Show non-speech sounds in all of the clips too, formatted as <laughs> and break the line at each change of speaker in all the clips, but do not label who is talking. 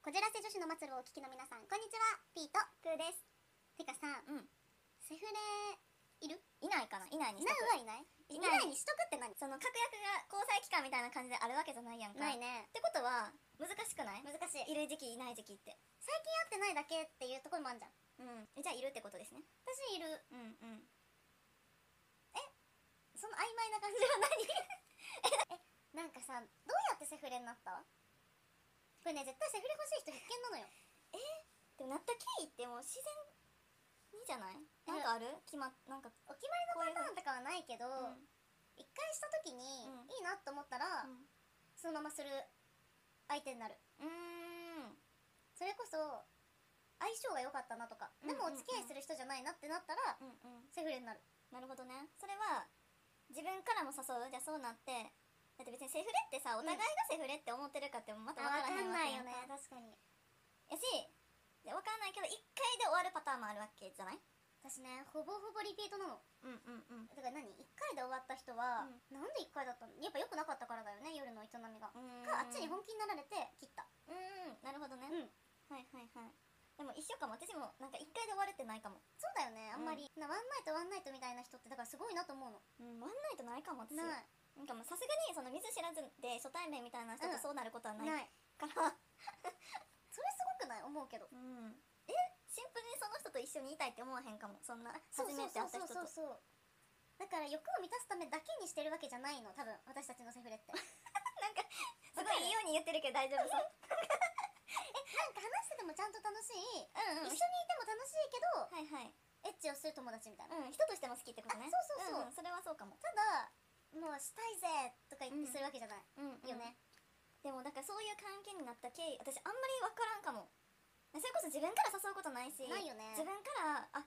こじらせ女子の末路をお聞きの皆さんこんにちはピーと
クーです
てかさ
うん
セフレいる
いないかないないにし
な
と
うはい
く
ないい
い
な
ない
いにしとくって何
その確約が交際期間みたいな感じであるわけじゃないやんか
ない
っ
ね
てことは難しくない
難しい
いる時期いない時期って
最近会ってないだけっていうところもあんじゃん
うんえじゃあいるってことですね
私いる
うんうん
その曖昧な感じは何えなんかさどうやってセフレになったこれね絶対セフレ欲しい人必見なのよ
でもなった経緯ってもう自然にじゃないなんかある決まっなんか
お決まりのパターンとかはないけど
う
一、回した時に
うん
いいなと思ったら、
ん
そのままする相手になる
うーん
それこそ相性が良かったなとかでも
う
お
んうんうん
付き合いする人じゃないなってなったら
うんうん
セフレになる
なるほどねそれは自分からも誘うじゃあそうなってだって別にセフレってさお互いがセフレって思ってるかってまた分からへんわけやんか
確かに
やしで分からないけど1回で終わるパターンもあるわけじゃない
私ねほぼほぼリピートなの
うんうんうん
だから何1回で終わった人は、なんで1回だったのやっぱ良くなかったからだよね夜の営みが
うん
かあっちに本気になられて切った
うんなるほどね、
うん
はいはいはいでも一緒かも私もなんか1回で終わるってないかも
そうだよねあんまり、なワンナイトワンナイトみたいな人ってだからすごいなと思うの
うんワンナイトないかも私
ない
なんかもうさすがにその見ず知らずで初対面みたいな人
うん
とそうなることはない
ない
から、
<laughs> それすごくない思うけど
うんえシンプルにその人と一緒にいたいって思わへんかもそんな
そう
初めて会った人
そうそう
と
そうそうだから欲を満たすためだけにしてるわけじゃないの多分私たちのセフレって <laughs> なんか
すごいいいように言ってるけど大丈夫そう
話しててもちゃんと楽しい、一緒
うん
にいても楽しいけど、
はいはい
エッチをする友達みたいな、
うん人としても好きってことね
あそうそうそうん
んそれはそうかも
ただもうしたいぜとか言ってするわけじゃない、
うん
よね、
でもだからそういう関係になった経緯私あんまり分からんかもそれこそ自分から誘うことないし
ないよね
自分からあ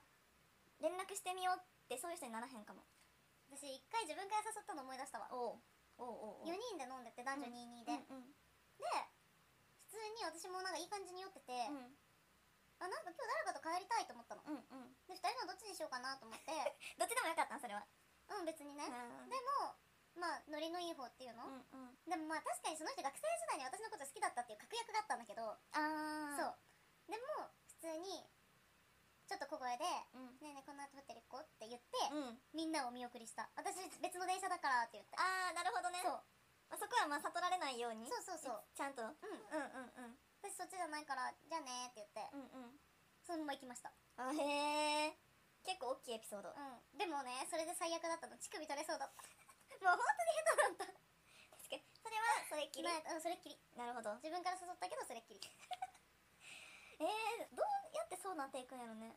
連絡してみようってそういう人にならへんかも
私一回自分から誘ったの思い出したわ
おうおうおうおう
4人で飲んでて男女22で、で
うんうん
普通に私もなんかいい感じに酔ってて、
うん
あなんか今日誰かと帰りたいと思ったの
うんうん
で2人のどっちにしようかなと思って
<laughs> どっちでもよかったんそれは
うん別にね、
うん
でもまあノリのいい方っていうの、
うんうん
でもまあ確かにその人学生時代に私のこと好きだったっていう確約があったんだけど、
あ
そうでも普通にちょっと小声で「
うん
ねえねえこの後ホテル行こう」って言って、
そううん
みんなを見送りした私別の電車だからって言って
ああなるほどね
そう
まあ、そこはまあ悟られないように
そうそうそう
ちゃんと、うん、うん
ん
うん
私そっちじゃないからじゃあねって言って、
うんうん
そのまま行きました
あへえ結構大きいエピソード、もう
うんでもねそれで最悪だったの乳首取れそうだった <laughs>
本当に下手だった確かにそれはそれっきり
まあうんそれっきり
なるほど
自分から誘ったけどそれっきり
えー、どうやってそうなっていくんやろね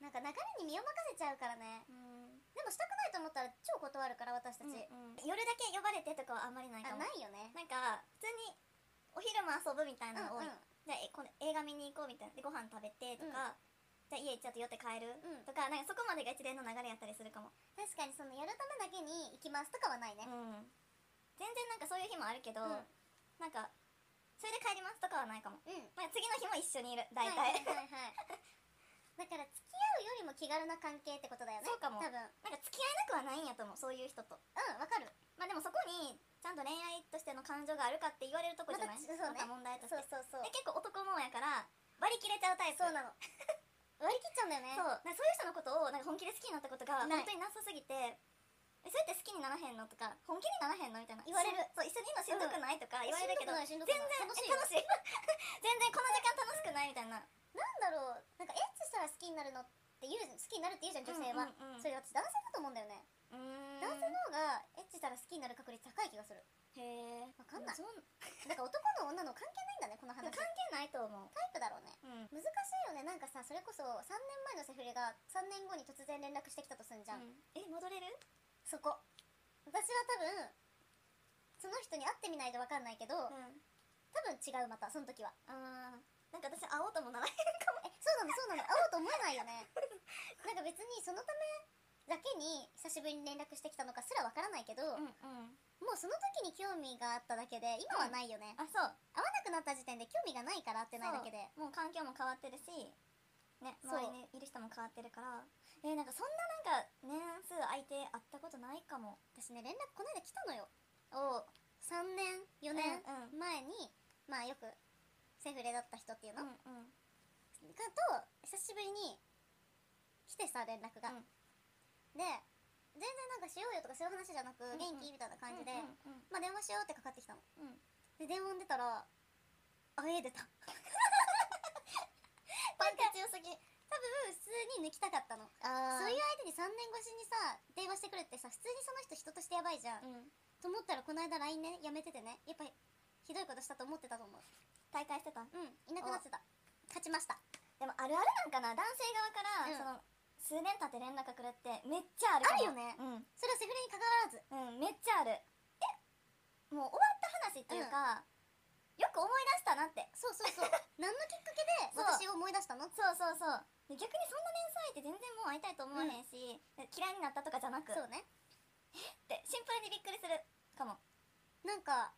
なんか流れに身を任せちゃうからね
うん
でもしたくないと思ったら超断るから私たち、
うん夜だけ呼ばれてとかはあんまりない
あ
かも
ないよね
なんか普通にお昼も遊ぶみたいなの多
う
い、
んうん
じゃあえこの映画見に行こうみたいなでご飯食べてとか、
うん
じゃあ家ちょっと寄って帰る
うん
とか,、なんかそこまでが一連の流れやったりするかも、
確かにそのやるためだけに行きますとかはないね、
全然なんかそういう日もあるけど、
うん
なんかそれで帰りますとかはないか
う
も、
ん
まあ、次の日も一緒にいる
は
大
い
体、
はいはいはいだ
<laughs>
から付き合うよりも気軽な関係ってことだよね
そうかも
多分うん
なんか付き合えなくはないんやと思うそういう人と
わかる
まあでもそこにちゃんと恋愛としての感情があるかって言われるとこじゃない、
また
ま
そう
た
ね
問題とし
そう
て
そうそう
で結構男もんやから割り切れちゃうタイプ
そう
<laughs>
なの割り切っちゃうんだよね
そうなんかそういう人のことをなんか本気で好きになったことが
ない
本当になさすぎてえそうやって好きにならへんのとか本気にならへんのみたいな
言われる
しんそう一緒にいるのしんどくない、とか言われるけど
しん
全
ど
然
くないしんどくない楽しいよ
え楽
<laughs>
しい全然この時間楽しくないみたいな
なんだろうなんかエッチしたら好きになるのって言うじゃん好きになるって言うじゃん女性は、
うんうんうん
それ私男性だと思うんだよね、
うーん
男性の方がエッチしたら好きになる確率高い気がする
へえ
わかんない
そん
だから男の女の関係ないんだねこの
で
話
も関
タイ
係ないと思う
プだろうね
うん
難しいよねなんかさそれこそ3年前のセフレが3年後に突然連絡してきたとすんじゃん、
うんえ戻れる
そこ私は多分その人に会ってみないと分かんないけど、多
ん
分違うまたその時は
あーなんか私会おうともならへんかも
え <laughs> そうなのそうなの会おうと思わないよ
<laughs>
ねなんか別にそのためだけに久しぶりに連絡してきたのかすら分からないけど、
うんう
も
ん
うその時に興味があっただけで今はないよね、
あそう
会わなくなった時点で興味がないから会ってないだけで
そうもう環境も変わってるしね
そう
周りにいる人も変わってるからえーなんかそんななんか年数空いて会ったことないかも
私ね連絡この間来たのよ
おう
3年4年
うんう
前に、まあよくセフレだった人っていうの、
う
が
んうん
と久しぶりに来てさ連絡が、
うん
で全然なんかしようよとかそういう話じゃなく、
んうん
元気みたいな感じで、
うん
まあ電話しようってかかってきたの
うんうん
で電話に出たらあ家
<laughs>
出た
パンチ
強すぎ多分普通に抜きたかったのそ
あそうう
い
いう
相手に3年越しにさ電話してくるってさ普通にその人人としてやばいじゃん、
う、うん、
と思ったらこの間 LINE ねやめててねやっぱりひどいことしたと思ってたと思う
大会してた
うんいなくなってた勝ちました
でもあるあるなんかな男性側から、
うん
その数年経って連絡くるってめっちゃある
あるよね
うん
それはセフレに関わらず
うん、めっちゃあるえもう終わった話っていうか、よく思い出したなって
そうそうそ
<laughs>
う何のきっかけで
そう
私を思い出したの
そうそうそうで逆にそんな年歳って全然もう会いたいと思わへんし、嫌いになったとかじゃなく
そうね
ってシンプルにびっくりするかも
なんか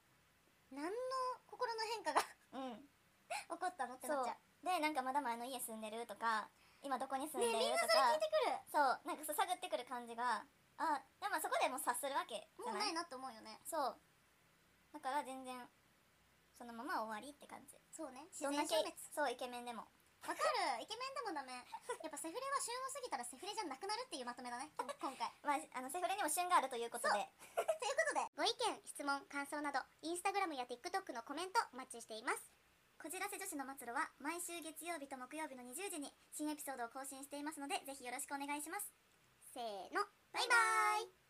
何の心の変化が <laughs>
うん
起こったのって
そ
な
う
っちゃう
でなんかまだ前の家住んでるとか今どこに住ん
ね
で
えみん
る
な
と
それ
か、
聞いてくる
そうなんかそう探ってくる感じがあでもそこでもう察するわけじ
も
ゃ
う
な
ないいなって思うよね
そうだから全然そのまま終わりって感じ
そうね自
どん
然
だけ
消滅
そうイケメンでも
わかるイケメンでもダメやっぱセフレは旬を過ぎたらセフレじゃなくなるっていうまとめだね今今回
まあ、あのセフレにも旬があるということで
ということでご意見質問感想などインスタグラムや TikTok のコメントお待ちしています
こじらせ女子の末路は毎週月曜日と木曜日の20時に新エピソードを更新していますのでぜひよろしくお願いします
せーのバイバイ